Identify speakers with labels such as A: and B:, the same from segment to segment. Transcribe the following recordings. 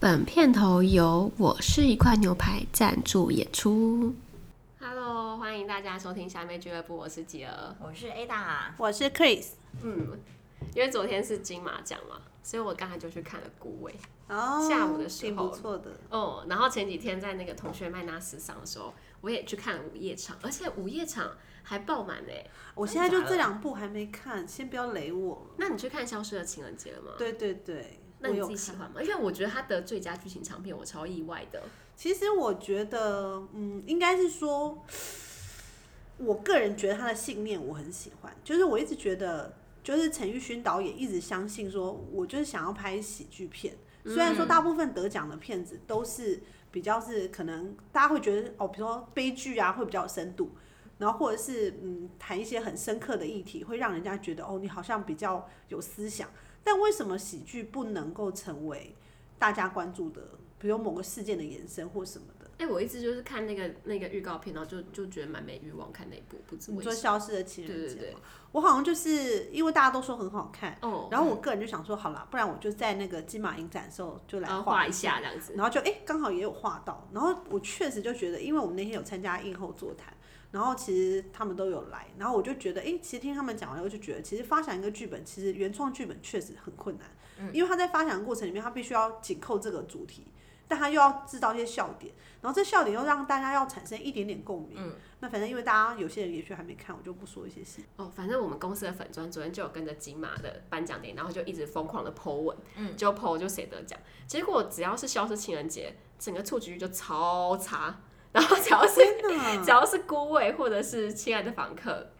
A: 本片头由“我是一块牛排”赞助演出。Hello，欢迎大家收听虾妹俱乐部，我是吉儿。
B: 我是啊 Ada，
C: 我是 Chris。
A: 嗯，因为昨天是金马奖嘛，所以我刚才就去看了《顾伟》。
C: 哦
A: 下午的时
C: 挺
A: 候
C: 不错的，
A: 哦，然后前几天在那个同学麦纳斯上的时候，我也去看了午夜场，而且午夜场还爆满呢。
C: 我现在就这两部还没看，先不要雷我。
A: 那你去看《消失的情人节》了吗？
C: 对对对，
A: 那
C: 我
A: 你
C: 有
A: 自己
C: 看
A: 喜欢吗？因为我觉得他得最佳剧情长片，我超意外的。
C: 其实我觉得，嗯，应该是说，我个人觉得他的信念我很喜欢，就是我一直觉得，就是陈玉勋导演一直相信说，我就是想要拍喜剧片。虽然说大部分得奖的片子都是比较是可能大家会觉得哦，比如说悲剧啊会比较有深度，然后或者是嗯谈一些很深刻的议题，会让人家觉得哦你好像比较有思想。但为什么喜剧不能够成为大家关注的，比如某个事件的延伸或什么的？
A: 哎、我一直就是看那个那个预告片，然后就就觉得蛮没欲望看那一部，不知
C: 你
A: 为什
C: 说
A: 么。
C: 消失的情
A: 对
C: 人
A: 对
C: 节，
A: 对，
C: 我好像就是因为大家都说很好看，
A: 哦，
C: 然后我个人就想说，好啦，不然我就在那个金马影展的时候就来
A: 然后
C: 画
A: 呃画一，下这样子。
C: 然后就哎刚、好也有画到，然后我确实就觉得，因为我们那天有参加映后座谈，然后其实他们都有来，然后我就觉得，哎、其实听他们讲完以后就觉得，其实发想一个剧本，其实原创剧本确实很困难，
A: 嗯
C: 因为他在发想的过程里面，他必须要紧扣这个主题。但他又要制造一些笑点，然后这笑点又让大家要产生一点点共鸣。
A: 嗯
C: 那反正因为大家有些人也许还没看，我就不说一些细
A: 哦，反正我们公司的粉砖昨天就有跟着金马的颁奖典礼，然后就一直疯狂的 po 文，嗯，就 po 就谁得奖，结果只要是消失情人节，整个触及率就超差，然后只要是
C: 真的啊
A: 只要是孤位或者是亲爱的房客，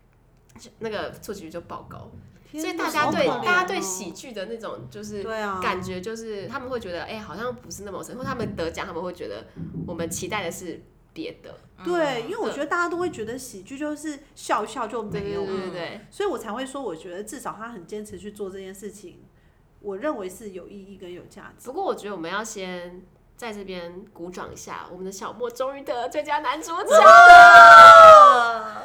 A: 那个触及率就爆高，所以大家对
C: 好可怜哦
A: 大家对喜剧的那种就是
C: 对啊，
A: 感觉就是他们会觉得，哎、好像不是那么深，或他们得奖，他们会觉得我们期待的是别的，嗯
B: 嗯
C: 对，因为我觉得大家都会觉得喜剧就是笑一笑就
A: 对
C: 没
A: 对
C: 有
A: 对
C: 了，
A: 对对，
C: 所以我才会说，我觉得至少他很坚持去做这件事情，我认为是有意义跟有价值。
A: 不过我觉得我们要先在这边鼓掌一下，我们的小莫终于得了最佳男主角了，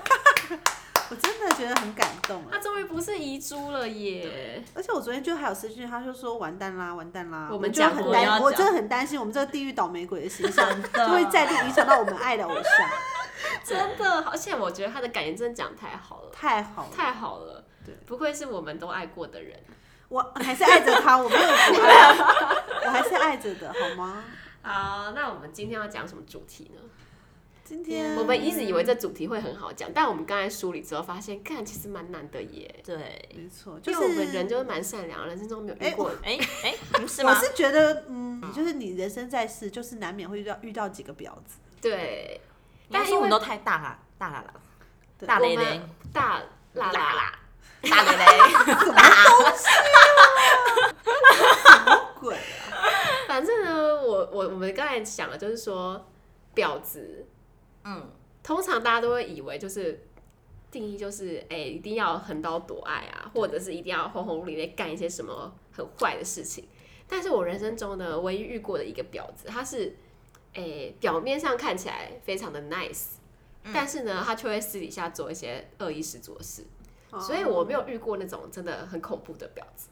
C: 我真的觉得很感动啊
A: 他终于不是遗珠了耶！
C: 而且我昨天就还有私讯，他就说完蛋啦，完蛋啦，
A: 我
C: 我
A: 们
C: 就
A: 讲
C: 很
A: 过
B: 要
C: 担，我
B: 讲
C: 真的很担心我们这个地狱倒霉鬼的 形象
B: 真的
C: 就会再度影响到我们爱的偶像，
A: 真的，而且我觉得他的感言真的讲得太好了，
C: 太好了，
A: 太好了
C: 对，
A: 不愧是我们都爱过的人。
C: 我还是爱着他，我没有不爱他，我还是爱着的好吗？
A: 好，那我们今天要讲什么主题呢？
C: 今天
A: 我们一直以为这主题会很好讲，但我们刚才梳理之后发现，看其实蛮难的耶。
B: 对，
C: 没错，就
A: 因
C: 是
A: 为我们人就是蛮善良，人生中没有遇过
B: 哎哎，不是
C: 我
B: 吗？
C: 是觉得，嗯，就是你人生在世，就是难免会遇到遇到几个婊子。
A: 对，
B: 但
A: 但
B: 是
A: 因
B: 我
A: 为
B: 们都太大啦，大啦啦，
C: 对
B: 大
A: 我
B: 雷雷
A: 们，大啦啦啦，
B: 大雷雷，
C: 鬼，
A: 反正呢，我我我们刚才想的就是说，婊子
B: 嗯，
A: 通常大家都会以为就是定义就是哎、一定要横刀夺爱啊，或者是一定要轰轰烈烈干一些什么很坏的事情。但是我人生中呢，唯一遇过的一个婊子，她是哎、表面上看起来非常的 nice，、但是呢，她却会私底下做一些恶意十足的事。
C: 哦
A: 所以我没有遇过那种真的很恐怖的婊子，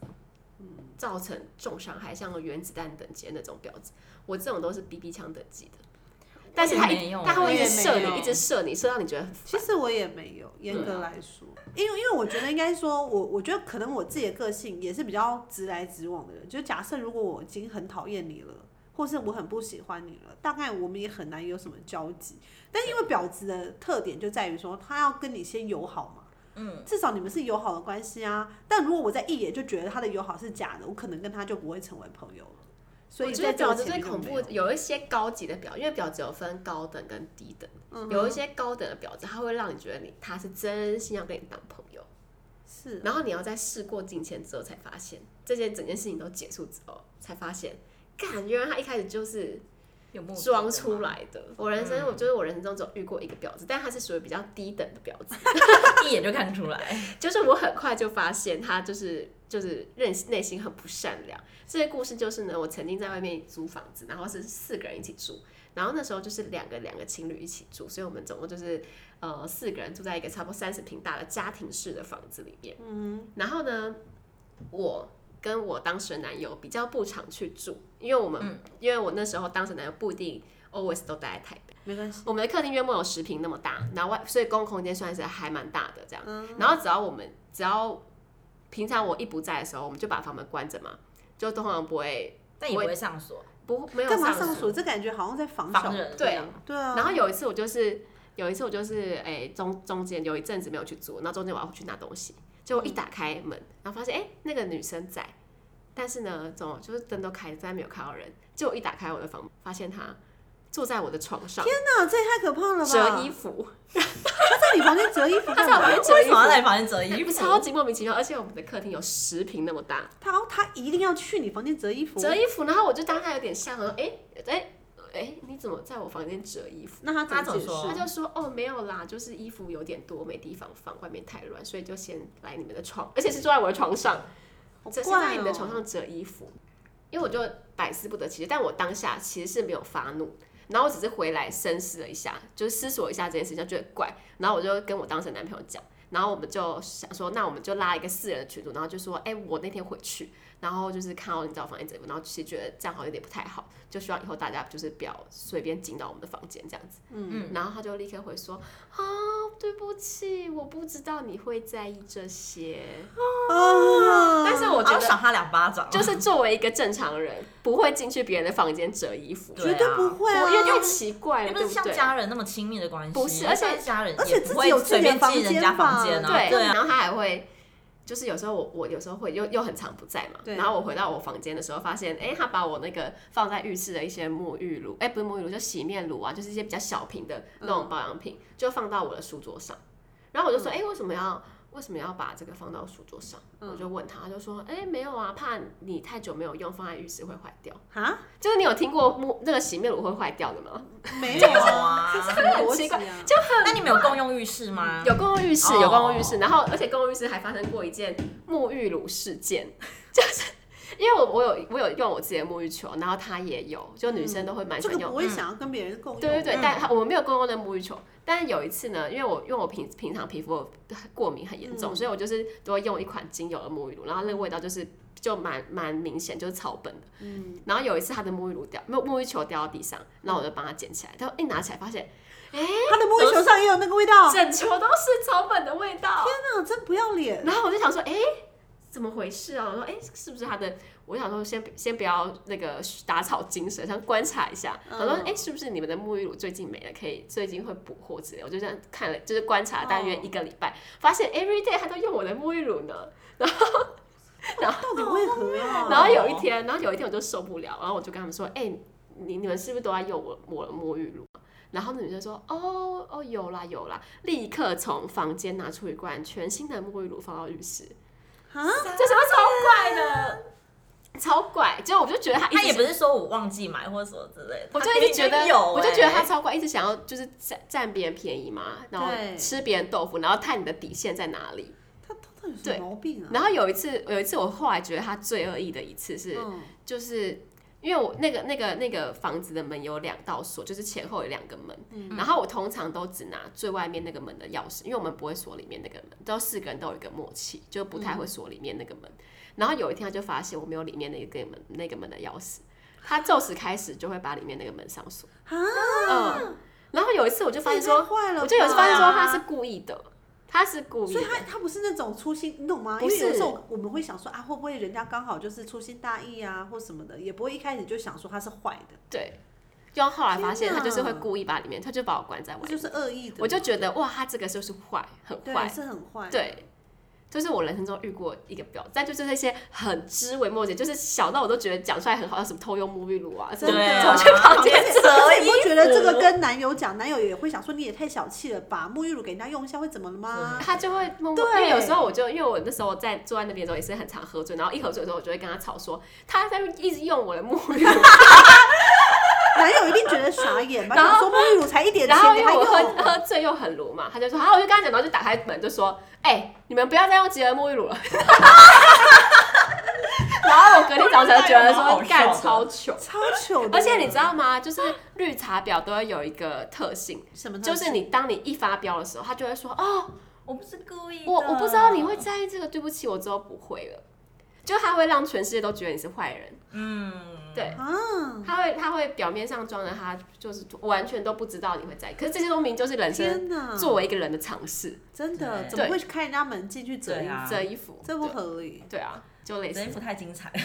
A: 造成重伤害，像原子弹等级的那种婊子，我这种都是 BB 枪等级的。但是他
B: 没
A: 一
B: 有
A: 但他会一直射
C: 我也没
A: 你，
C: 有
A: 一直射你，射到你觉得很
C: 其实我也没有，严
A: 啊
C: 格来说，因为因为我觉得应该说，我我觉得可能我自己的个性也是比较直来直往的人。就假设如果我已经很讨厌你了，或是我很不喜欢你了，大概我们也很难有什么交集。但因为婊子的特点就在于说，他要跟你先友好嘛。嗯，至少你们是友好的关系啊。但如果我在一眼就觉得他的友好是假的，我可能跟他就不会成为朋友了。所以
A: 我觉
C: 在
A: 得
C: 这
A: 婊
C: 个
A: 子
C: 前
A: 最
C: 提就
A: 恐
C: 没
A: 怖
C: 有，
A: 的，有一些高级的婊，因为婊子有分高等跟低等，
C: 嗯哼
A: 有一些高等的婊子，他会让你觉得你他是真心要跟你当朋友，
C: 是
A: 然后你要在事过境迁之后才发现，这件整件事情都结束之后才发现，感觉他一开始就是
B: 有目的的吗嗯
A: 装出，来的。我人生，我就是我人生中只有遇过一个婊子，但她是属于比较低等的婊子，
B: 一眼就看出来，
A: 就是我很快就发现她就是就是内内心很不善良。这个故事就是呢，我曾经在外面租房子，然后是四个人一起住，然后那时候就是两个两个情侣一起住，所以我们总共就是呃四个人住在一个差不多三十平大的家庭式的房子里面。嗯，然后呢，我。跟我当时的男友比较不常去住，因为我们、
B: 嗯
A: 因为我那时候当时男友不一定 always 都待在台北，
C: 没关系。
A: 我们的客厅约莫有十平那么大，然后外所以公共空间算是还蛮大的这样。
C: 嗯
A: 然后只要我们只要平常我一不在的时候，我们就把房门关着嘛，就通常不会
B: 但也不会上锁，
A: 不没有
C: 干嘛
A: 上
C: 上锁？这感觉好像在防小
B: 防。人
A: 对
C: 哦对啊，
A: 然后有一次我就是有一次我就是哎、中中间有一阵子没有去做，然后中间我要去拿东西，结果一打开门，然后发现哎、那个女生在，但是呢总就是灯都开着，但没有看到人，结果一打开我的房门，发现她坐在我的床上
C: 天哪，这也太可怕了吧！
A: 折衣，服，
C: 他在你房间折衣 服干
A: 在我
C: 嘛
A: 房？间折
B: 为
A: 衣
B: 什么要
A: 服。
B: 来房间折 衣服？
A: 哎超级莫名其妙，而且我们的客厅有十平那么大，
C: 他他一定要去你房间折衣服？
A: 折衣服，然后我就当下有点吓，我说：“哎哎哎，你怎么在我房间折衣服？”
C: 那他
B: 他
C: 怎
B: 怎
C: 么
B: 么
C: 解
B: 说
A: 他
C: 释？
A: 就说：“哦，没有啦，就是衣服有点多，没地方放，外面太乱，所以就先来你们的床，而且是坐在我的床上，
C: 好
A: 只是
C: 怪
A: 在你的
C: 哦
A: 床上折衣服。”因为我就百思不得其解，但我当下其实是没有发怒，然后我只是回来深思了一下，就是思索一下这件事情，就觉得怪，然后我就跟我当时的男朋友讲，然后我们就想说，那我们就拉一个四人的群组，然后就说，哎、我那天回去，然后就是看到你在我房间折衣服，然后其实觉得这样好像有点不太好，就希望以后大家就是不要随便进到我们的房间这样子。
B: 嗯，
A: 然后他就立刻回说：“啊，对不起，我不知道你会在意这些。
C: 啊
A: 但是我觉
B: 好
A: 得，
B: 赏他两巴掌，
A: 就是作为一个正常人，不会进去别人的房间折衣服，
B: 对
C: 绝对不会
A: 不
C: 啊，
A: 因为太奇怪
B: 又
A: 了，
B: 哎不
A: 对
B: 是
A: 不
B: 像
A: 对？
B: 家人那么亲密的关系，
A: 不是而且
B: 一般家人
C: 而且
B: 也
C: 自己
B: 不会
C: 有自己的
B: 随便进人家
C: 房
B: 房
C: 间
B: 间
C: 吧
B: 啊，
A: 对，
B: 对啊，
A: 然后他还会。就是有时候我我有时候会又又很常不在嘛，
C: 对
A: 然后我回到我房间的时候，发现哎、诶他把我那个放在浴室的一些沐浴乳，哎、不是沐浴乳，就洗面乳啊，就是一些比较小瓶的那种保养品，就放到我的书桌上。然后我就说，哎、为什么要为什么要把这个放到书桌上？我就问他，他就说，哎、没有啊，怕你太久没有用，放在浴室会坏掉。
C: 啊，
A: 就是你有听过沐那个洗面乳会坏掉的吗？
C: 没
B: 有
C: 有
B: 啊
C: 这是什么
A: 很
C: 逻
A: 奇
C: 辑
A: 怪
C: 啊？
B: 那你们有共用浴室吗？
A: 有公共浴室，
B: 哦
A: 有公共浴室，然后而且公共浴室还发生过一件沐浴乳事件， 就是因为我我有我有用我自己的沐浴球，然后他也有，就女生都会蛮喜
C: 这
A: 欢
C: 个
A: 用。
C: 不会想要跟别人共用，
A: 对对对，
B: 嗯
A: 但他我们没有公共的沐浴球，但有一次呢，因为我因为我平平常皮肤有过敏很严重，所以我就是都会用一款精油的沐浴乳，然后那个味道就是就蛮蛮明显，就是草本的。嗯，然后有一次他的沐浴乳掉，没有沐浴球掉到地上，然后我就帮他捡起来，他一拿起来发现
C: 他的沐浴球上也有那个味道，
A: 整球都是草本的味道。
C: 天哪，真不要脸！
A: 然后我就想说，哎、怎么回事啊？我说，哎、是不是他的？我想说先，先不要那个打草惊蛇，想观察一下。我
C: 嗯
A: 说，哎、是不是你们的沐浴乳最近没了？可以最近会补货之类的。我就这样看了，就是观察大约一个礼拜，发现 every day 他都用我的沐浴乳呢。
C: 到底为何啊？
A: 然后有一天，然后有一天我就受不了，然后我就跟他们说：“哎、你你们是不是都在用我我的沐浴乳？”然后那女生说：“哦哦，有啦有啦！”立刻从房间拿出一罐全新的沐浴乳放到浴室。
C: 啊
A: 这什么超怪的？超怪！就我就觉得他一直
B: 他也不是说我忘记买或者什么之类的，
A: 我就
B: 他
A: 一直
B: 明
A: 觉得，
B: 明有欸，
A: 我就觉得他超怪，一直想要就是占占别人便宜嘛，然后
C: 对
A: 吃别人豆腐，然后探你的底线在哪里。
C: 他他到底有什么毛病啊？
A: 然后有一次，有一次我后来觉得他最恶意的一次是，
C: 嗯
A: 就是因为我那个那个那个房子的门有两道锁，就是前后有两个门，
C: 嗯
A: 然后我通常都只拿最外面那个门的钥匙，因为我们不会锁里面那个门，都四个人都有一个默契，就不太
C: 嗯
A: 会锁里面那个门。然后有一天他就发现我没有里面那个门那个门的钥匙，他就此开始就会把里面那个门上锁。嗯，然后有一次我就发现
C: 啊这也太
A: 说，
C: 坏了吧，
A: 我就有一次发现说
B: 对啊
A: 他是故意的，他是故意
C: 所以
A: 的。
C: 他他不是那种粗心，你懂吗？
A: 不是
C: 因为有时候我们会想说啊，会不会人家刚好就是粗心大意啊，或什么的，也不会一开始就想说他是坏的，
A: 对，就后来发现
C: 天
A: 他
C: 哪
A: 就是会故意把里面，他就把我关在外
C: 他
A: 面，
C: 就是恶意的嘛。
A: 嗯我就觉得哇，他这个就是坏，很
C: 对，
A: 坏，
C: 是很坏。，
A: 对。就是我人生中遇过一个表，但就是那些很枝微末节，就是小到我都觉得讲出来很好，像什么偷用沐浴乳啊，什
C: 真
A: 么
B: 对
C: 的。
B: 啊
A: 走去房间
C: 而且而且你不觉得这个
A: 服
C: 跟男友讲，男友也会想说你也太小气了吧？沐浴乳给人家用一下会怎么了吗？
A: 他就会默默，因
C: 对
A: 为有时候我就因为我那时候在坐在那边的时候也是很常喝醉，然后一喝醉的时候我就会跟他吵说，他在一直用我的沐浴 乳，
C: 男友一定觉得傻眼吧？
A: 然
C: 想
A: 后
C: 说沐浴乳才一点
A: 然后
C: 钱
A: 因
C: 给
A: 为
C: 他
A: 我喝
C: 用，
A: 喝醉又很鲁嘛，他就说好，我就跟他讲，然后就打开门就说，哎、你们不要再用吉尔沐浴乳了。 然后我隔天早上觉 得说干超糗，
C: 超糗的。
A: 而且你知道吗？就是绿茶婊都会有一个特性，
C: 什么东西？
A: 就是你当你一发飙的时候，他就会说哦，
B: 我不是故意的，
A: 我我不知道你会在意这个，对不起，我之后不会了。就是他会让全世界都觉得你是坏人，
B: 嗯，
A: 对
C: 啊，
A: 他会他会表面上装的他就是完全都不知道你会在意，可是这些东西就是人生
C: 天哪，
A: 作为一个人的尝试，
C: 真的
B: 对
C: 怎么会去开人家门进去折
B: 对
C: 衣服？
B: 啊
A: 折衣服，
C: 这不合理。
A: 对啊，就类
B: 这
A: 似
B: 衣服太 精彩了，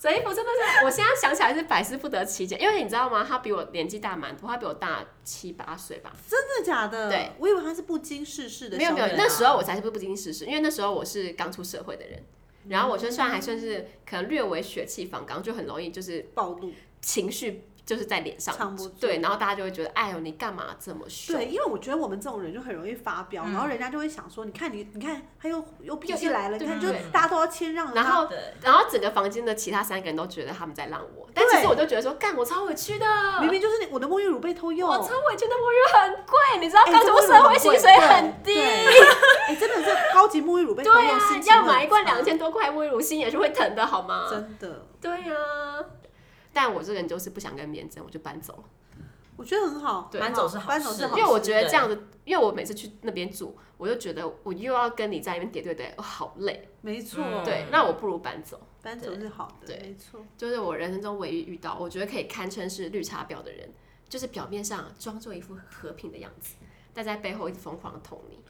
A: 折衣服真的是，我现在想起来是百思不得其解，因为你知道吗？他比我年纪大蛮多，他比我大七八岁吧。
C: 真的假的？
A: 对，
C: 我以为他是不经世事的
A: 没有
C: 小
A: 没有
C: 人。，啊
A: 那时候我才是不不经世事，因为那时候我是刚出社会的人，然后我就算还算是可能略微血气方刚，就很容易就是
C: 暴露。
A: 情绪就是在脸
C: 藏
A: 上
C: 不住，
A: 对，然后大家就会觉得，哎呦你干嘛这么凶？
C: 对，因为我觉得我们这种人就很容易发
A: 嗯
C: 飙，然后人家就会想说，你看你，你看他又又脾气来了，你
A: 对
C: 看就
A: 对
C: 大家都要谦让，
A: 然后
B: 对，
A: 然后整个房间的其他三个人都觉得他们在让我，但其实
C: 对
A: 我就觉得说，干我超委屈的，
C: 明明就是你我的沐浴乳被偷用，
A: 我超委屈的，沐浴很贵，你知道
C: 哎
A: 刚出社会薪水很低。
C: 这沐浴乳很贵对 哎，真的是高级沐浴乳被偷
A: 对
C: 用，
A: 啊
C: 心，情
A: 要
C: 很
A: 买一罐
C: 差
A: 两，千多块沐浴乳，心也是会疼的，好吗？
C: 真的，
A: 对呀、但我这个人就是不想跟别人争，我就搬走了，
C: 我觉得很好，
A: 对
C: 很
B: 搬走是好
C: 搬走是
B: 事
C: 好
A: 因为我
B: 事
A: 觉得
B: 对
A: 这样子，因为我每次去那边住，我就觉得我又要跟你在那边叠对对，我好累。
C: 没错，
B: 嗯
A: 对，那我不如搬走。
C: 搬走是好的，
A: 对
C: 没错，
A: 就是我人生中唯一遇到，我觉得可以堪称是绿茶婊的人，就是表面上装作一副和平的样子，但在背后一直疯狂的捅你。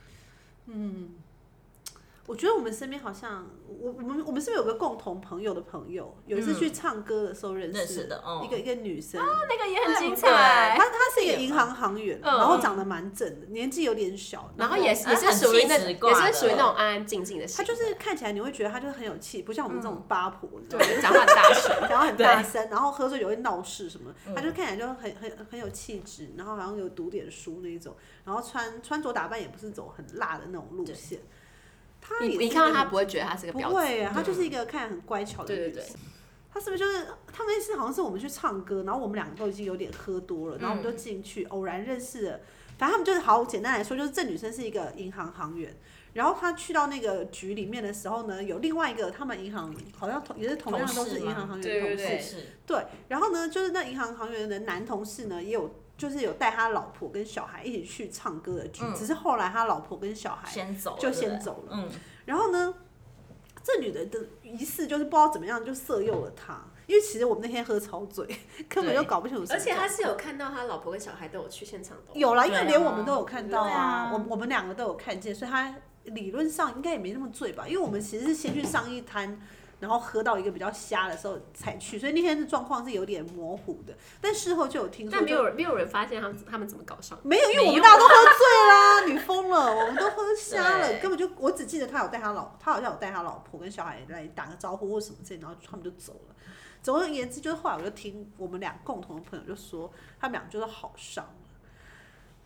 C: 我觉得我们身边好像，我我们我们是不是有个共同朋友的朋友，有一
A: 嗯
C: 次去唱歌的时候认
B: 认
C: 识
B: 识的哦
C: 一个一个女生，
A: 那个也很精
C: 她
A: 彩，
C: 她是一个银行行员，
A: 嗯
C: 然后长得蛮正的，年纪有点小，
A: 然后也是也
B: 啊
A: 是
B: 很
A: 属于
B: 气
A: 那
B: 质
A: 也
B: 挂
A: 是
B: 的
A: 属于那种安安静静的型，
C: 她就是看起来你会觉得她就是很有气，不像我们这种八婆，你知道吗
A: 嗯对讲话很大声。
C: 然后很大声，然后喝醉酒会闹事什么的，
A: 嗯
C: 他就看起来就很很很有气质，然后好像有读点书那一种，然后穿穿着打扮也不是走很辣的那种路线。他也
A: 你
C: 是
A: 你看到
C: 那
A: 他
C: 种
A: 不会觉得他是个
C: 不
A: 婊子，
C: 会啊，他就是一个看起来很乖巧的
A: 对对
C: 女
A: 对
C: 生。他是不是就是他们是好像是我们去唱歌，然后我们两个都已经有点喝多了，
A: 嗯
C: 然后我们就进去，偶然认识了。反正他们就是好简单来说，就是这女生是一个银行行员，然后她去到那个局里面的时候呢，有另外一个他们银行好像同也是同样都
B: 同
C: 是
B: 事吗
C: 银行行员
A: 对
C: 的同
A: 对
C: 事，
A: 对
B: 是
C: 对，然后呢，就是那银行行员的男同事呢，也有就是有带他老婆跟小孩一起去唱歌的
A: 嗯
C: 局，只是后来他老婆跟小孩
B: 先走了
C: 就
B: 对不
C: 先
B: 对
C: 走了
B: 嗯，
C: 然后呢，这女的的疑似就是不知道怎么样就色诱了他，因为其实我们那天喝超醉， 根本就
B: 对
C: 搞不清楚什么状况。
A: 是有看到他老婆跟小孩都有去现场的哦
C: 有啦，因为
B: 对
C: 连我
B: 啊
C: 们都有看到
B: 对
C: 啊
B: 啊，
C: 我们我们两个都有看见，所以他理论上应该也没那么醉吧？因为我们其实是先去上一摊，然后喝到一个比较瞎的时候才去，所以那天的状况是有点模糊的。但事后就有听说，
A: 但没有人没有人发现他们他们怎么搞上的，
C: 没有，因为
B: 没
C: 我们
B: 有
C: 大家都喝醉啦，你疯了，我们都喝瞎了，
B: 对
C: 根本就我只记得他有带他老，他好像有带他老婆跟小孩来打个招呼或什么之类，然后他们就走了。总而言之，就是后来我就听我们俩共同的朋友就说，他们俩就是好上了，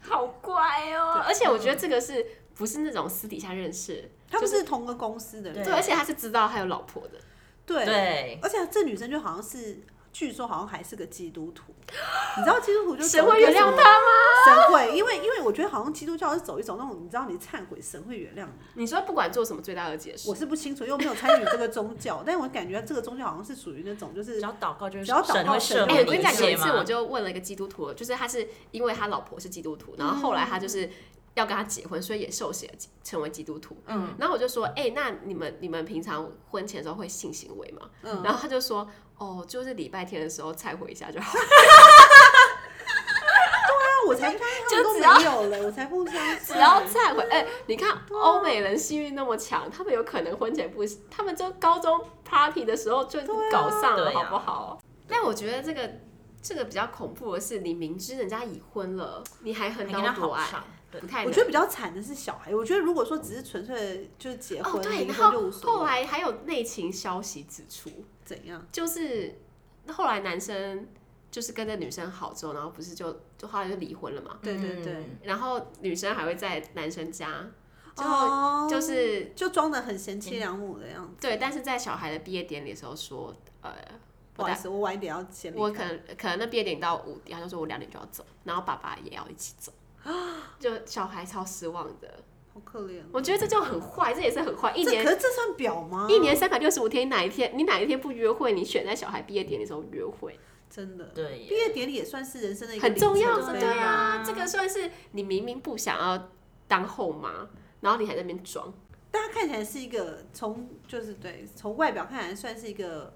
A: 好乖哦！而且我觉得这个是不是那种私底下认识？
C: 他们
A: 就是
C: 同个公司的人，
B: 对
A: 对，而且他是知道他有老婆的，
C: 对，
B: 对，
C: 而且这女生就好像是，据说好像还是个基督徒，你知道基督徒就
A: 神会原谅
C: 他吗？神会，因为因为我觉得好像基督教是走一种那种，你知道你忏悔神会原谅你。
A: 你说不管做什么最大的解释
C: 我，是不清楚，因为我没有参与这个宗教， 但我感觉这个宗教好像是属于那种就是
B: 只要祷告就是
C: 只要祷告
B: 神会
C: 神
B: 赦
C: 就
A: 哎、
B: 免
A: 我跟你讲，
B: 一
A: 有
B: 切
A: 一次
B: 嘛
A: 我就问了一个基督徒，就是他是因为他老婆是基督徒，然后后来他就是要跟他结婚，所以也受洗了成为基督徒。嗯，然后我就说，哎、那你们你们平常婚前的时候会性行为吗？
C: 嗯
A: 然后他就说，哦，就是礼拜天的时候忏悔一下就好，
C: 啊，我才发现他
A: 就
C: 们都
A: 只
C: 没有了，我才不相信。
A: 只要忏悔。 哎、你看欧美人性欲那么强，他们有可能婚前不，他们就高中 party 的时候就搞上了，
B: 对
A: 好
B: 啊
A: 不好？但我觉得这个。这个比较恐怖的是，你明知人家已婚了，你还横
B: 你
A: 刀
B: 跟他
A: 夺
B: 好
A: 爱，
B: 上，对
A: 不，太
C: 我
A: 能
C: 觉得比较惨的是小孩，我觉得如果说只是纯粹就是结
A: 哦，
C: 婚
A: 对，
C: 离
A: 然
C: 婚就无
A: 后
C: 所
A: 后
C: 谓，
A: 来还有内情消息指出，
C: 怎样？
A: 就是后来男生就是跟着女生好之后，然后不是就就后来就离婚了嘛，
C: 对对对，
B: 嗯
A: 然后女生还会在男生家，就、
C: 哦
A: 就是
C: 就装的很贤妻良母的样子。
A: 对，但是在小孩的毕业典礼的时候说，呃，
C: 不好意思，我晚一点要先离
A: 我可
C: 开
A: 能可能那毕业典礼到五点，他就说我两点就要走，然后爸爸也要一起走，
C: 啊
A: 就小孩超失望的，
C: 好可怜。哦
A: 我觉得这就很坏，这也是很坏，一
C: 这
A: 年
C: 可是这算表吗？
A: 一年三百六十五天，你哪一天你哪一天不约会？你选在小孩毕业典礼的时候约会，
C: 真的，
B: 对
C: 毕业典礼也算是人生的一个
A: 很重要
C: 里
A: 的，
C: 程
B: 是
C: 碑
A: 对啊，
B: 吧
A: 这个算是你明明不想要当后妈，然后你还在那边装，
C: 但他看起来是一个从就是对从外表看起来算是一个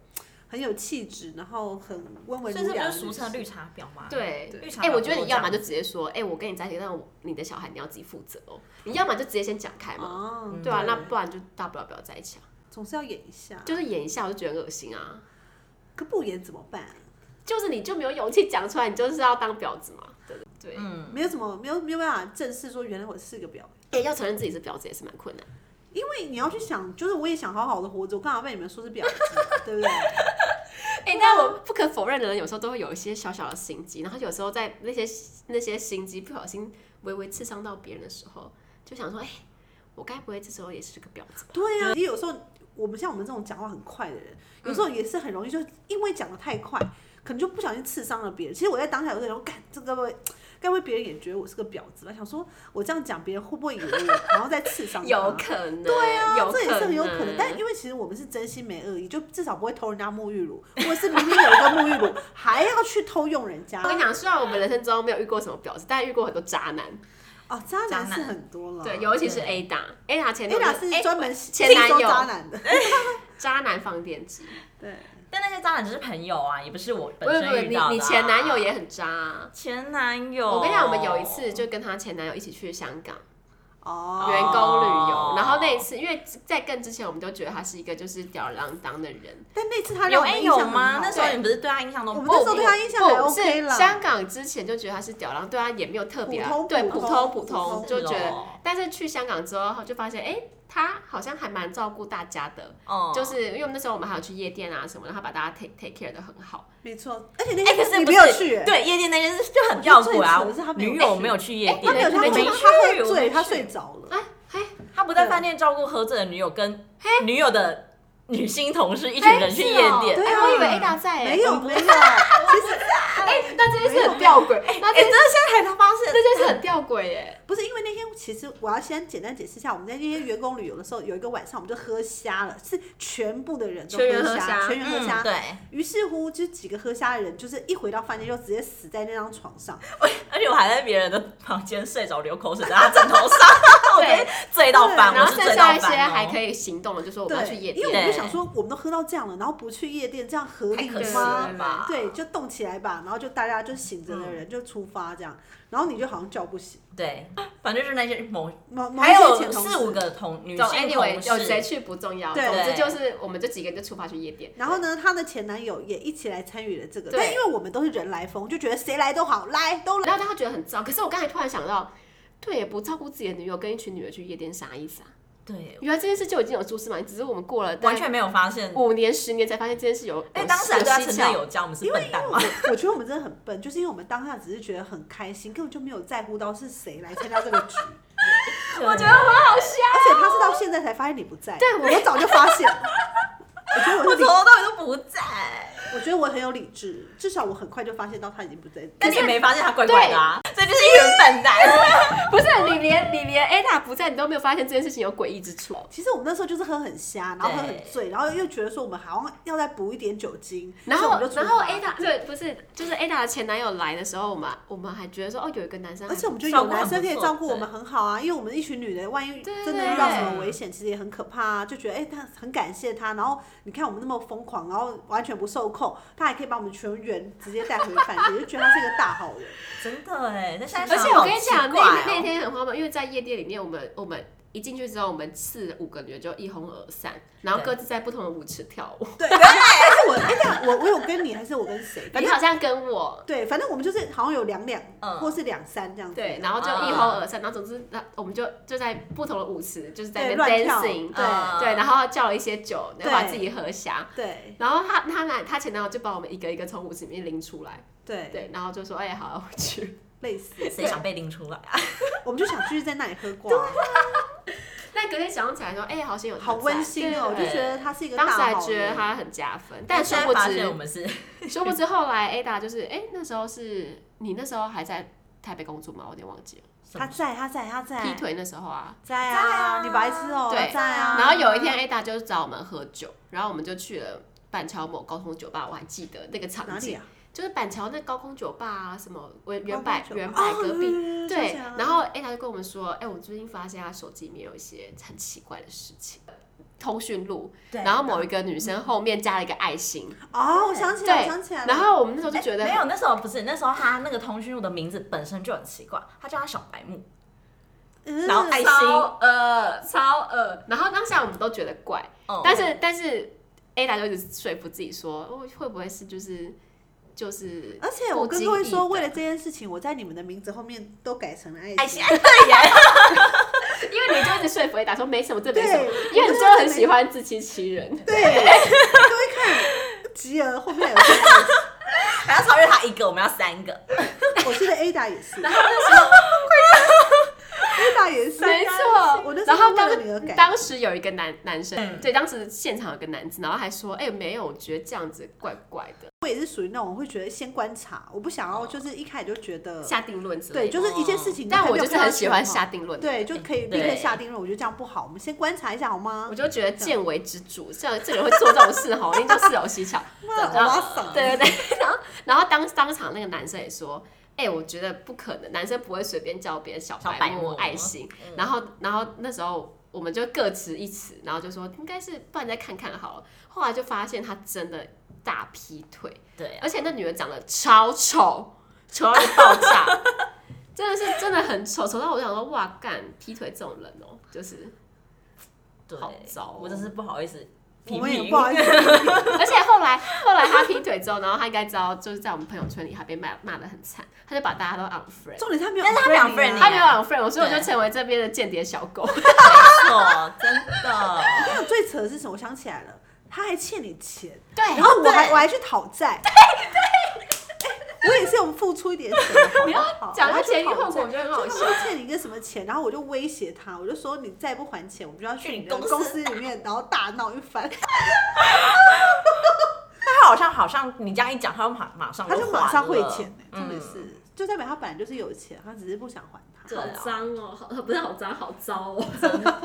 C: 很有气质，然后很温文
B: 所以
C: 儒
B: 这不
C: 雅
B: 就
C: 的
B: 是
C: 女
B: 俗称
C: 生
B: 绿茶婊
C: 啊
B: 吗？，
A: 对
B: 绿茶婊
A: 哎、我觉得你要么
B: 就
A: 就直接说，哎、我跟你在一起，但我你的小孩你要自己负责哦。你要么就直接先讲开嘛，
C: 哦，
A: 对啊，
B: 对
A: 那不然就大不了不要在一起啊。
C: 总是要演一下，
A: 就是演一下，我就觉得很恶心啊。
C: 可不演怎么办？
A: 就是你就没有勇气讲出来，你就是要当婊子嘛。对对对，
B: 嗯，
C: 没有什么没有没有办法正视说原来我是个婊，
A: 哎、要承认自己是婊子也是蛮困难。
C: 因为你要去想，就是我也想好好的活着，我干嘛被你们说是婊子，对不对？
A: 哎、但我不可否认的人，有时候都会有一些小小的心机，然后有时候在那些那些心机不小心微微刺伤到别人的时候，就想说，哎、我该不会这时候也是个婊子吧？
C: 对呀、啊，因为有时候我们像我们这种讲话很快的人，有时候也是很容易就因为讲的太快，可能就不小心刺伤了别人。其实我在当下有时候干这个会。该不会别人也觉得我是个婊子吧？想说我这样讲，别人会不会以为我然后再刺伤他？
A: 有可能，对啊有
C: 这也是很有可能。但因为其实我们是真心没恶意，就至少不会偷人家沐浴乳，或者是明明有一个沐浴乳还要去偷用人家
A: 我。跟你讲，虽然我们人生中没有遇过什么婊子，但遇过很多渣男。
C: 哦，渣
B: 渣
C: 男是
B: 男
C: 很多了。
A: 对，尤其是 A 打，A 打前
C: A
A: 男
C: 俩
A: 友
C: 是
A: 哎
C: 专门
A: 前
C: 吸
A: 男
C: 收
A: 友
C: 渣男的。
A: 渣男放电机。
C: 对，
B: 但那些渣男只是朋友啊，也不是我
A: 不
B: 本
A: 不
B: 身
A: 不，
B: 遇
A: 你
B: 到的啊、哦
A: 你前男友也很渣啊、
B: 前男友，
A: 我跟你讲，我们有一次就跟她前男友一起去香港
C: 哦，
A: 员工旅游，然后那一次，因为在更之前，我们都觉得他是一个就是吊儿郎当的人。
C: 但那次他
B: 有
C: 让我
B: 哎、
C: 们印象
B: 有
C: 很
B: 吗
C: 好？
B: 那时候你不是对他印象都
C: 我们
B: 不
C: 那时候对他印象还
A: 不
C: OK
A: 是
C: 啦。
A: 香港之前就觉得他是吊儿郎，对他也没有特别啊
C: 普通
A: 对
C: 普
A: 普
C: 通
A: 通普
C: 普通
A: 通，就觉
B: 是
A: 得
B: 哦。
A: 但是去香港之后，就发现哎、他好像还蛮照顾大家的，
B: 哦
A: 就是因为那时候我们还有去夜店啊什么的，他把大家 take take care 的很好。
C: 没错，而且那
B: 哎，可
C: 天
B: 是
C: 你
B: 不
C: 没
B: 是
C: 有去、欸，
B: 对夜店那件事就很吊诡啊
C: 我觉得最扯的是他！没有
B: 女友没有去夜店，
C: 他没有去，
A: 没
C: 他
A: 去
C: 就
B: 我
C: 他喝
B: 没
C: 醉，
B: 去
C: 他睡着了。
A: 哎哎，
B: 他不在饭店照顾喝醉的女友，跟女友的女性同事一群人去夜店，
C: 对
A: 哎、
C: 啊
A: 我以为 Ada 在、哎
C: 没有没 有，其实
A: 哎、那这件事很吊诡，那
B: 哎，
A: 这
B: 真的现在才他发现，
A: 那件事很吊诡耶。
C: 不是因为那天，其实我要先简单解释一下，我们在那天员工旅游的时候，有一个晚上我们就喝瞎了，是全部的人都
A: 全员喝
C: 瞎，
A: 瞎
C: 全员喝瞎。
B: 嗯对，
C: 于是乎，就几个喝瞎的人，就是一回到饭店就直接死在那张床上。
B: 而且我还在别人的房间睡着，流口水在他枕头上， 我
A: 对
B: 真的醉到翻，
A: 然后
B: 我是
A: 剩
B: 醉
A: 下
B: 到
A: 一些
B: 翻哦
A: 还可以行动了，就说我们要去夜
C: 对，因为
A: 店。
C: 我们就
B: 对
C: 想说，我们都喝到这样了，然后不去夜店，这样合
B: 太
C: 理
B: 可惜
C: 吗
B: 了？吧？嗯
C: 对，就动起来吧，然后就大家就醒着的人就出发这样，然后你就好像叫不醒，
B: 对，反正就是那些某
C: 某某一
B: 还
C: 些
B: 有
C: 前同
B: 四五
C: 事。
B: 个同女
A: 总
B: 性
A: anyway，
B: 同
A: 有谁
B: 事，
A: 去不重要，
C: 对
A: 总之
B: 对
A: 就是我们这几个人就出发去夜店。
C: 然后呢，她的前男友也一起来参与了这个，
A: 对
C: 但因为我们都是人来疯，就觉得谁来都好，来都来。
A: 然后但他觉得很糟，可是我刚才突然想到，对，也不照顾自己的女友，跟一群女的去夜店，啥意思啊？
B: 对，
A: 原来这件事就已经有蛛丝马迹，只是我们过了大
B: 完
A: 概
B: 全没有发现。
A: 五年、十年才发现这件事有。
B: 哎，
A: 有
B: 当时还对他
A: 蹊
B: 称
A: 跷
B: 赞有加，我们是笨蛋
C: 因为
B: 吗？
C: 我我觉得我们真的很笨，就是因为我们当下只是觉得很开心，根本就没有在乎到是谁来参加这个局，
B: 我觉
A: 得我好
C: 而且他是到现在才发现你不在，
A: 对我
C: 我早就发现了。我觉得我
B: 我
C: 很理
B: 从，头到尾都不 在。
C: 我觉得我很有理智，至少我很快就发现到他已经不在。
B: 但
A: 是
B: 你也没发现他怪怪的啊，所以就是一人笨蛋。
A: 不是你连你连 Ada 不在，你都没有发现这件事情有诡异之处，
C: 其实我们那时候就是喝很瞎，然后喝很
B: 对
C: 醉，然后又觉得说我们好像要再补一点酒精，
A: 然后
C: 所以我们就
A: 然后
C: 出发啊
A: Ada 对不是就是 Ada 的前男友来的时候，我们我们还觉得说哦有一个男生还
C: 而
A: 不
C: 且我们就
B: 照
C: 有
B: 顾
C: 男
B: 很
C: 生
B: 不
C: 可以
B: 错
C: 照顾我
B: 对
C: 们很好啊，因为我们一群女的，万一
A: 对对
C: 真的
A: 对
C: 遇到什么危险，其实也很可怕啊。就觉得哎、他很感谢他，然后你看我们那么疯狂，然后完全不受控，他还可以把我们全员直接带回饭店，就觉得他是一个大好人。
B: 真的哎，但现在
A: 而且我跟你讲，
B: 好奇怪哦
A: 那那天很荒谬，因为在夜店里面，我们我们一进去之后，我们四五个女人就一哄而散，然后各自在不同的舞池跳舞。
C: 对，但是我哎、欸，我我有跟你还是我跟谁？反
A: 你
C: 正
A: 好像跟我
C: 对，反正我们就是好像有两两、
B: 嗯
C: 或是两三这样子。
A: 对，然后就
C: 嗯
A: 一哄而散，然后总之，那我们就就在不同的舞池，就是在那
C: 对乱
A: 边
C: 跳，
A: dancing，
B: 嗯
A: 对，然后叫了一些酒，然后把
C: 对
A: 自己喝瞎。
C: 对
A: 然后他他男他前男友就把我们一个一个从舞池里面拎出来，
C: 对对，
A: 对，然后就说哎、好回去。
C: 类似，
B: 谁想被拎出来啊？
C: 我们就想继续在那里 喝光啊，
A: 但隔天早上起来说哎、好像有他
C: 好温
A: 在
C: 馨哦、
A: 对
C: 就觉得他是一个大
A: 当时还
C: 好
A: 觉得
C: 人。
A: 他很加分，但殊
B: 现在
A: 不
B: 发
A: 知
B: 现我们是
A: 殊不知后来 Ada 就是，哎、那时候是你那时候还在台北工作吗？我有点忘记了，
C: 他在，他在，他在。
A: 劈腿那时候啊。
C: 在
B: 在
C: 啊，
B: 啊
C: 你白痴哦、
A: 对
C: 在啊。
A: 然后有一天 Ada 就找我们喝酒，然后我们就去了板桥某高通酒吧，我还记得那个场
C: 哪里
A: 景，
C: 啊？
A: 就是板桥那高空酒吧啊，什么我原
C: 哦
A: 百
C: 八九
A: 原
C: 哦
A: 百隔壁，
C: 对
A: 对。然
C: 后
A: 后 A 他就跟我们说，哎、我最近发现他手机里面有一些很奇怪的事情，通讯录，
B: 对
A: 然后某一个女生后面加了一个爱心，
C: 哦，我想起
A: 对
C: 来，嗯我想起来了，
A: 然后我们那时候就觉得
B: 哎没有，那时候不是，那时候他那个通讯录的名字本身就很奇怪，他叫他小白木，
C: 嗯
B: 然后爱心，呃，
A: 超恶。然后当下我们都觉得怪，
B: 嗯
C: 哦
A: 但是但是 Ada 就一直说服自己说，哦，会不会是就是就是
C: 而且我
A: 不
C: 跟
A: 经
C: 各位
A: 意
C: 说，
A: 的
C: 为了这件事情，我在你们的名字后面都改成了爱
B: 爱
C: 心
B: 心，。对耶，
A: 因为你就一直说服 Ada 说没什么，这没
C: 对
A: 什么，因为你真的很喜欢自欺欺人。
C: 对， 各位看，吉儿后面有这个爱心，
B: 还要超越他一个，我们要三个，
C: 我记得 Ada 也是
A: 然后那时候
C: ，Ada 也是，
A: 没错，
C: 啊我那时
A: 然
C: 候
A: 后
C: 为
A: 当
C: 了你而改，
A: 当时有一个男男生，
B: 嗯
A: 对，当时现场有个男子，然后还说，哎、没有，我觉得这样子怪怪的，
C: 我也是属于那种会觉得先观察，我不想
A: 哦
C: 要就是一开始就觉得，
A: 下定论之类
C: 嗯对，
A: 的。哦
C: 就是一件事情，
A: 但
C: 还
A: 我
C: 没有
A: 就是
C: 看到
A: 很喜欢
C: 情
A: 下
C: 况，
A: 定论，
C: 对，就可以立刻
B: 对
C: 下定论，我觉得这样不好，我们先观察一下好
B: 哦
C: 吗
A: 我？就觉得见微知著，这样这个人会做这种事吼，一定就事有蹊 跷。
C: 那我
A: 然
C: 要
A: 后
C: 嗓，
A: 对对对，然后然后当当场那个男生也说，哎、我觉得不可能，男生不会随便叫别人小
B: 小白
A: 白目
B: 目啊
A: 爱心。然后然后那时候我们就各持一词，然后就说应该是不然再看看好了。后来就发现他真的大劈 腿，
B: 对啊，
A: 而且那女人长得超丑，丑到一个爆炸。 真的是真的很丑，丑到我想说，哇干，劈腿这种人哦、就是，
B: 对，
A: 好糟哦
B: 我真是不好意思批
C: 我们也
B: 评
C: 不，好意思，
A: 而且后来后来他劈腿之后，然后他应该知道，就是在我们朋友圈里还被骂骂的很惨，他就把大家都 unfriend，
C: 重点他没有，
B: 但是他两份
A: 他
B: 啊
A: 没有 unfriend，我所以我
B: 对
A: 就成为这边的间谍小狗。
B: 没错，真 的，
C: 还有最扯的是什么？我想起来了，他还欠你钱，
A: 对，
C: 然后我还
B: 对
C: 我还去讨 债。对对， 我也是有付出一点 钱。
A: 你要 讲
C: 他
A: 他前因后果，我觉得很好笑。
C: 他欠你一个什么钱，然后我就威胁他，我就说你再不还钱，我们就要去你的
B: 去你
C: 公
B: 公
C: 司里面，然后大闹一番。
B: 他好像好像你这样一讲，他就马马上
C: 他就马
B: 还
C: 上汇
B: 了嗯
C: 钱，欸，真的是，就代表他本来就是有钱，他只是不想还
B: 对
C: 他。
B: 啊
A: 哦，好不是好脏，好糟 哦。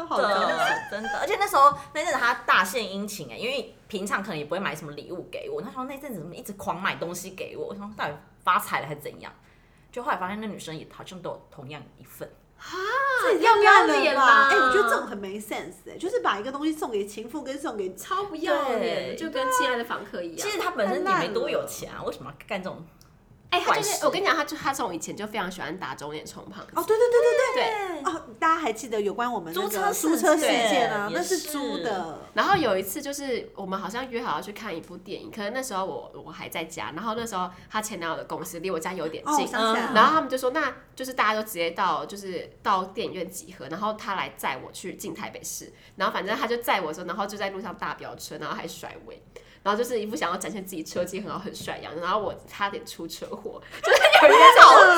C: 好的，
B: 的，真的，而且那时候那阵子他大献殷勤哎、因为平常可能也不会买什么礼物给我，那时候那阵子怎么一直狂买东西给我，我想说到底发财了还是怎样？就后来发现那女生也好像都有同样一份，
C: 这也
A: 要
C: 太
A: 不要
C: 烂了
A: 脸
C: 吧？
A: 啦
C: 哎，我觉得这种很没 sense 哎，就是把一个东西送给情妇跟送给
A: 超不要脸的，
B: 对
A: 就跟亲爱的房客一
B: 其
A: 样。
B: 实她本身
C: 太烂
B: 也没多
C: 了
B: 有钱 啊，为什么要干这种？
A: 哎、他就
B: 坏
A: 是
B: 事
A: 我跟你讲，他就他从以前就非常喜欢打肿脸充胖子。
C: 哦，对对对对对。
A: 对，
C: 哦，大家还记得有关我们那个
B: 租车
C: 租
B: 事
C: 车事
B: 件
C: 件啊？
B: 也
C: 那是
B: 是
C: 租的，
A: 然后有一次就是我们好像约好要去看一部电影，可能那时候我我还在家，然后那时候他前男友的公司离我家有点
C: 哦，我
A: 近，
C: 想起来
B: 嗯
A: 然
C: 了，
A: 后他们就说，那就是大家都直接到，就是到电影院集合，然后他来载我去进台北市，然后反正他就载我的时候，然后就在路上大飙车，然后还甩尾，然后就是一副想要展现自己车技很好、很帅一样，然后我差点出车祸， 就是有人在
B: 好
A: 我。
B: 糗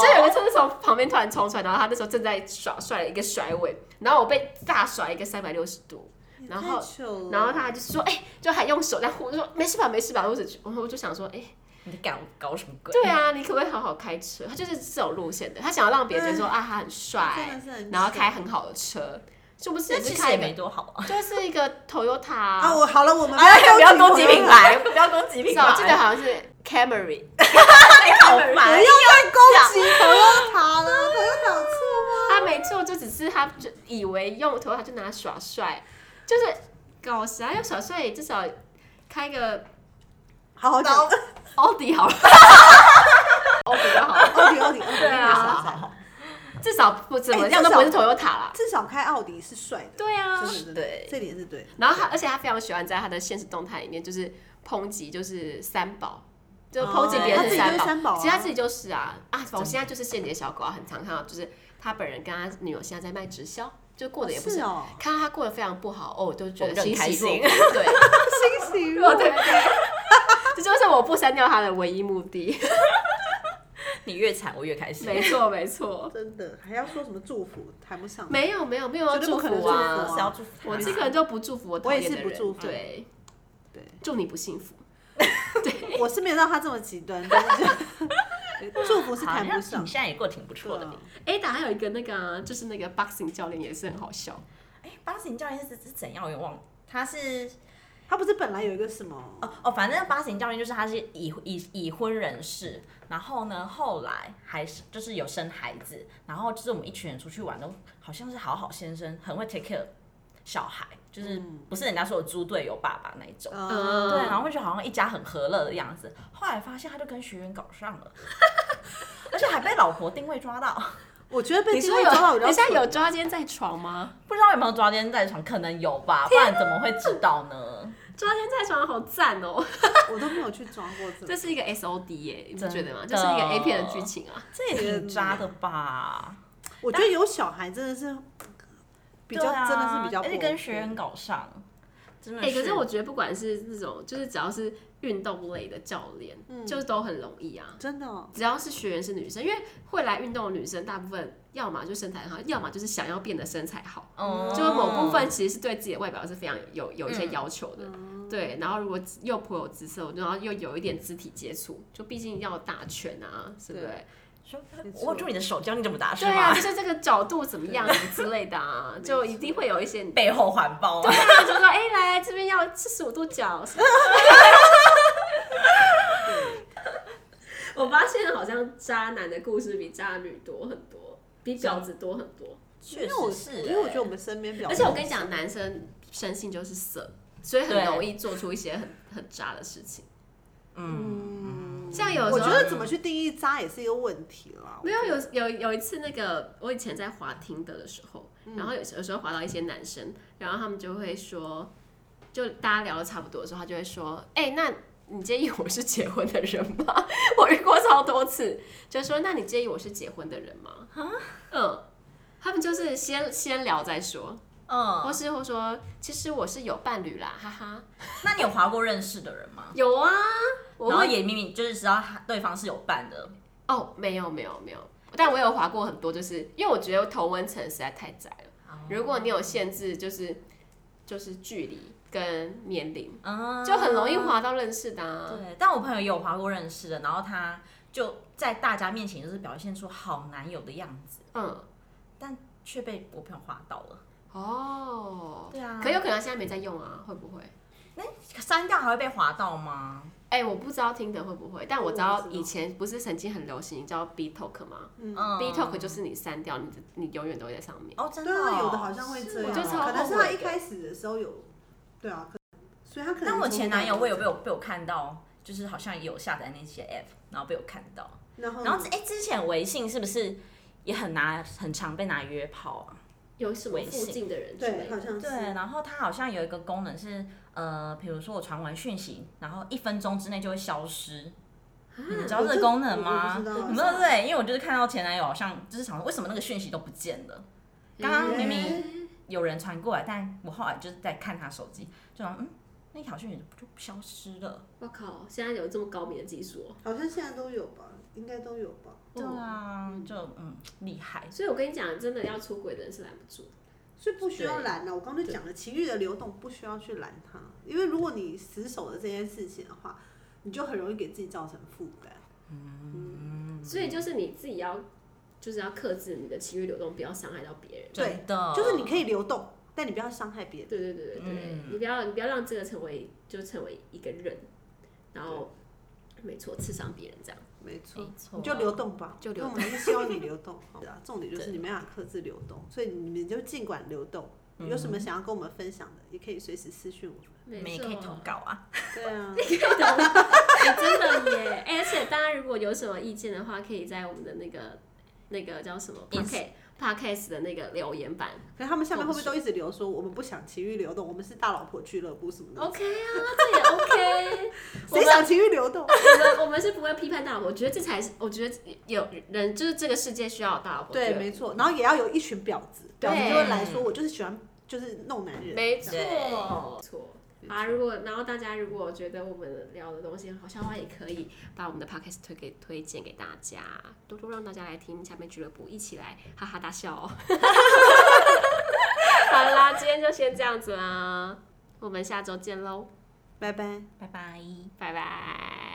A: 就！有个车子从旁边突然冲出来，然后他那时候正在耍帅了一个甩尾，然后我被大甩一个三百六十度，然后
C: 太糗了
A: 然后他还就说，哎、就还用手在护，就说没事吧，没事吧，我只我我就想说，哎、
B: 你在搞搞什么鬼？
A: 对啊，你可不可以好好开车？他就是这种路线的，他想要让别人觉得说啊，他很
C: 哎真
A: 帅
C: 的，是很糗，
A: 然后开很好的车，是不是？
B: 这
A: 就
B: 其
A: 是
B: 实
A: 开
B: 也
A: 一个
B: 没多好啊。
A: 就是一个 Toyota，
C: 啊，
A: 啊
C: 我好了，我们
B: 不要攻击
C: 朋友
B: 品
C: 了，
B: 牌，不要攻击
A: 不
B: 品
A: 知
B: 牌。
A: 道，我记得好像 是
C: 哦
A: Camry，
B: 你好
C: 不要
B: 烦，
C: 再攻击朋友他了，朋友搞错吗？
A: 他没错，就只是他就以为用 Toyota 就拿来耍帅，就是搞啥要耍帅，至少开个
C: 好好讲，
A: 奥迪 好了，奥迪就好了，
C: 奥迪奥迪奥迪，
A: 对啊
C: 好好好
A: 至少不怎么
C: 哎
A: 样都
C: 至少
A: 不是 Toyota 啦。
C: 至少开奥迪是帅的，
A: 对啊
C: 真，的真的
B: 对
C: 这点是对的。
A: 然后他，而且他非常喜欢在他的现实动态里面，就是抨击，就是三宝，就是抨击别人
B: 哦
A: 三
C: 他自己就是三宝啊
A: 其实他自己就是啊啊，我现在就是间谍小狗啊，很常看到，就是他本人跟他女友现在在卖直销，就过得也不是，
C: 哦，
A: 看到他过得非常不好哦，我就觉
B: 我
A: 得
B: 们就很
A: 欣
B: 开
A: 喜若
B: 心
A: 狂， 对，
C: 欣喜若
A: 若对 对，这就是我不删掉他的唯一目的，
B: 你越惨我越开心。
A: 没错没错，
C: 真的还要说什么祝福，谈不上。
A: 没有没有没有要
C: 绝对
A: 祝
C: 不可能
A: 福
C: 祝
A: 啊
C: 福，
B: 是要祝福他
A: 我这个人就不祝福我讨厌的人，
C: 我也是不祝福
A: 对，
C: 对，
A: 祝你不幸福，
C: 我是没有到他这么极端，但是就 祝福是
B: 好
C: 谈
B: 像
C: 不
B: 你
C: 上
B: 现。在也过得挺不错的。
C: 对啊
A: Ada 还有一个那个啊就是那个 boxing 教练也是很好笑，
B: 哎，八十教练是是怎样？我有点忘了，他是
C: 他不是本来有一个什么？呃
B: 哦哦，反正发行教练就是他是已已已婚人士，然后呢，后来还是就是有生孩子，然后就是我们一群人出去玩都好像是好好先生，很会 take care 小孩，就是不是人家说的猪队友爸爸那一种。
A: 嗯
B: 对，然后会觉得好像一家很和乐的样子。后来发现他就跟学员搞上了， 而且还被老婆定位抓到，
C: 我觉得被
A: 你
C: 定
A: 说
C: 位
A: 有，
C: 抓到比 较
A: 等一下
C: 蠢
A: 有抓奸在床吗？
B: 不知道有没有抓奸在床，可能有吧，不然怎么会知道呢？
A: 抓奸在床好赞哦、
C: 我都没有去抓过
A: 这
C: 这个。
A: 是一个 S O D 耶、你不
B: 真
A: 觉得吗？
B: 的
A: 就是一个 A 片的剧情啊。
B: 这也挺渣的吧？
C: 我觉得有小孩真的是比较，
B: 对啊
C: 真的是比较不 OK，
B: 而且跟学员搞上，真的
A: 哎、可是我觉得不管是那种，就是只要是运动类的教练，
C: 嗯
A: 就都很容易啊。
C: 真的哦
A: 只要是学员是女生，因为会来运动的女生，大部分要么就身材很好，要么就是想要变得身材好。
B: 嗯
A: 就是某部分其实是对自己的外表是非常有有一些要求的，对。然后如果又颇有姿色，然后又有一点肢体接触，就毕竟要打拳啊，是不是？
B: 说
C: 没错
B: 握住你的手，教你怎么打是
A: 对啊，
B: 吗？
A: 就是这个角度怎么样之类的 啊，就一定会有一 些。
B: 背后环抱，
A: 对啊，就说哎、来这边要四十五度角。 我发现好像渣男的故事比渣女多很多，比婊子多很多。
B: 确
C: 因为我
B: 实是，
C: 因为我觉得我们身边比较，
A: 而且我跟你讲，男生生性就是色，所以很
B: 对
A: 容易做出一些很很渣的事情。
C: 嗯，
A: 像有时候
C: 我觉得怎么去定义渣也是一个问题啦。
A: 没有有有有一次那个，我以前在滑听的的时候，
C: 嗯
A: 然后有时有时候滑到一些男生，然后他们就会说，就大家聊的差不多的时候，他就会说，哎、那。你介意我是结婚的人吗？ 我遇过超多次，就说那你介意我是结婚的人吗？嗯，他们就是先先聊再说，
B: 嗯，
A: 或是或说其实我是有伴侣啦，哈哈。
B: 那你有划过认识的人吗？
A: 有啊，我
B: 然后
A: 会
B: 也明明就是知道他对方是有伴的，
A: 哦，没有没有没有，但我有划过很多，就是因为我觉得同温层实在太窄了。如果你有限制，就是就是距离跟年龄，
B: 嗯，
A: 就很容易划到认识的、啊。
C: 嗯
B: 对，但我朋友也有划过认识的，然后他就在大家面前就是表现出好男友的样子，
A: 嗯，
B: 却被我朋友划到了。
A: 哦，
B: 对啊
A: 可有可能他现在没在用啊，会不会？
B: 删掉还会被划到吗？
A: 哎、我不知道听的会不会，但我知
C: 我
A: 道
C: 不知道
A: 以前不是曾经很流行叫 B Talk 吗、
B: 嗯
A: b Talk 就是你删掉，你的你永远都会在上面。
B: 哦，真的
C: 对
B: 哦、
C: 啊，有的好像会这
B: 是
C: 样，
A: 我就超
C: 可能是
A: 后
C: 他
A: 悔
C: 一
A: 的
C: 开始的时候有，对啊，可所以他可能。
B: 但我前男友我有被我被我看到，就是好像也有下载那些 app，然后被我看到。
C: 然后
B: 然后哎、之前微信是不是也很拿很常被拿来约炮啊？
A: 有什么
B: 微
A: 附
B: 信
A: 近的人之类
C: 对，好
A: 的？
C: 像是
B: 对，然后它好像有一个功能是，呃，比如说我传完讯息，然后一分钟之内就会消失。你们知道
C: 啊我
B: 这个
C: 这
B: 功能
C: 我
B: 吗？
C: 不知道
B: 你们对不对？因为我就是看到前男友好像就是想说，为什么那个讯息都不见了？刚刚明明有人传过来，但我后来就是在看他手机，就想嗯，那条讯息就消失了。
A: 我靠，现在有这么高明的技术、哦。
C: 好像现在都有吧，应该都有吧。
A: 哦
B: 对啊，就嗯厉害。
A: 所以我跟你讲，真的要出轨的人是拦不住的。
C: 所以不需要
B: 对
C: 拦了、我刚才讲了，情欲的流动不需要去拦它，因为如果你死守了这件事情的话，你就很容易给自己造成负担。
A: 所以就是你自己要，就是要克制你的情欲流动，不要伤害到别人。
C: 对
B: 真的，
C: 就是你可以流动，但你不要伤害别人。
A: 对对对对对，
B: 嗯
A: 你不要你不要让这个成为就成为一个人，然后没错刺伤别人这样。
C: 没错
B: 没，错，
C: 你就流动吧，
A: 就流
C: 因
A: 动
C: 为我们还是希望你流 动。好的，重点就是你没办法克制流动，所以你们就尽管流动。
A: 嗯
C: 有什么想要跟我们分享的，也可以随时私讯我 们。
A: 没
B: 你们也
A: 错
B: 可以投稿啊。
C: 对啊，
A: 哎真的耶！哎而且大家如果有什么意见的话，可以在我们的那个那个叫什么 podcast podcast 的那个留言板。
C: 可是他们下面会不会都一直留说我们不想情欲流动，我们是大老婆俱乐部什么的？
A: OK 啊，这 也 OK。我们
C: 谁想情欲流动？
A: 我们 我们是不会批判大老婆，我觉得这才是我觉得有人就是这个世界需要有大老婆。
C: 对，没错。然后也要有一群婊子，
A: 对
C: 婊子就会来说，我就是喜欢就是弄男人。
A: 没
B: 对
A: 错，错。啊，如果然后大家如果觉得我们聊的东西很好笑的话，也可以把我们的 podcast 推给推荐给大家，多多让大家来听下面俱乐部，一起来哈哈大笑 哦。好啦，今天就先这样子啦，我们下周见喽，
C: 拜拜。
B: 拜拜。
A: 拜拜。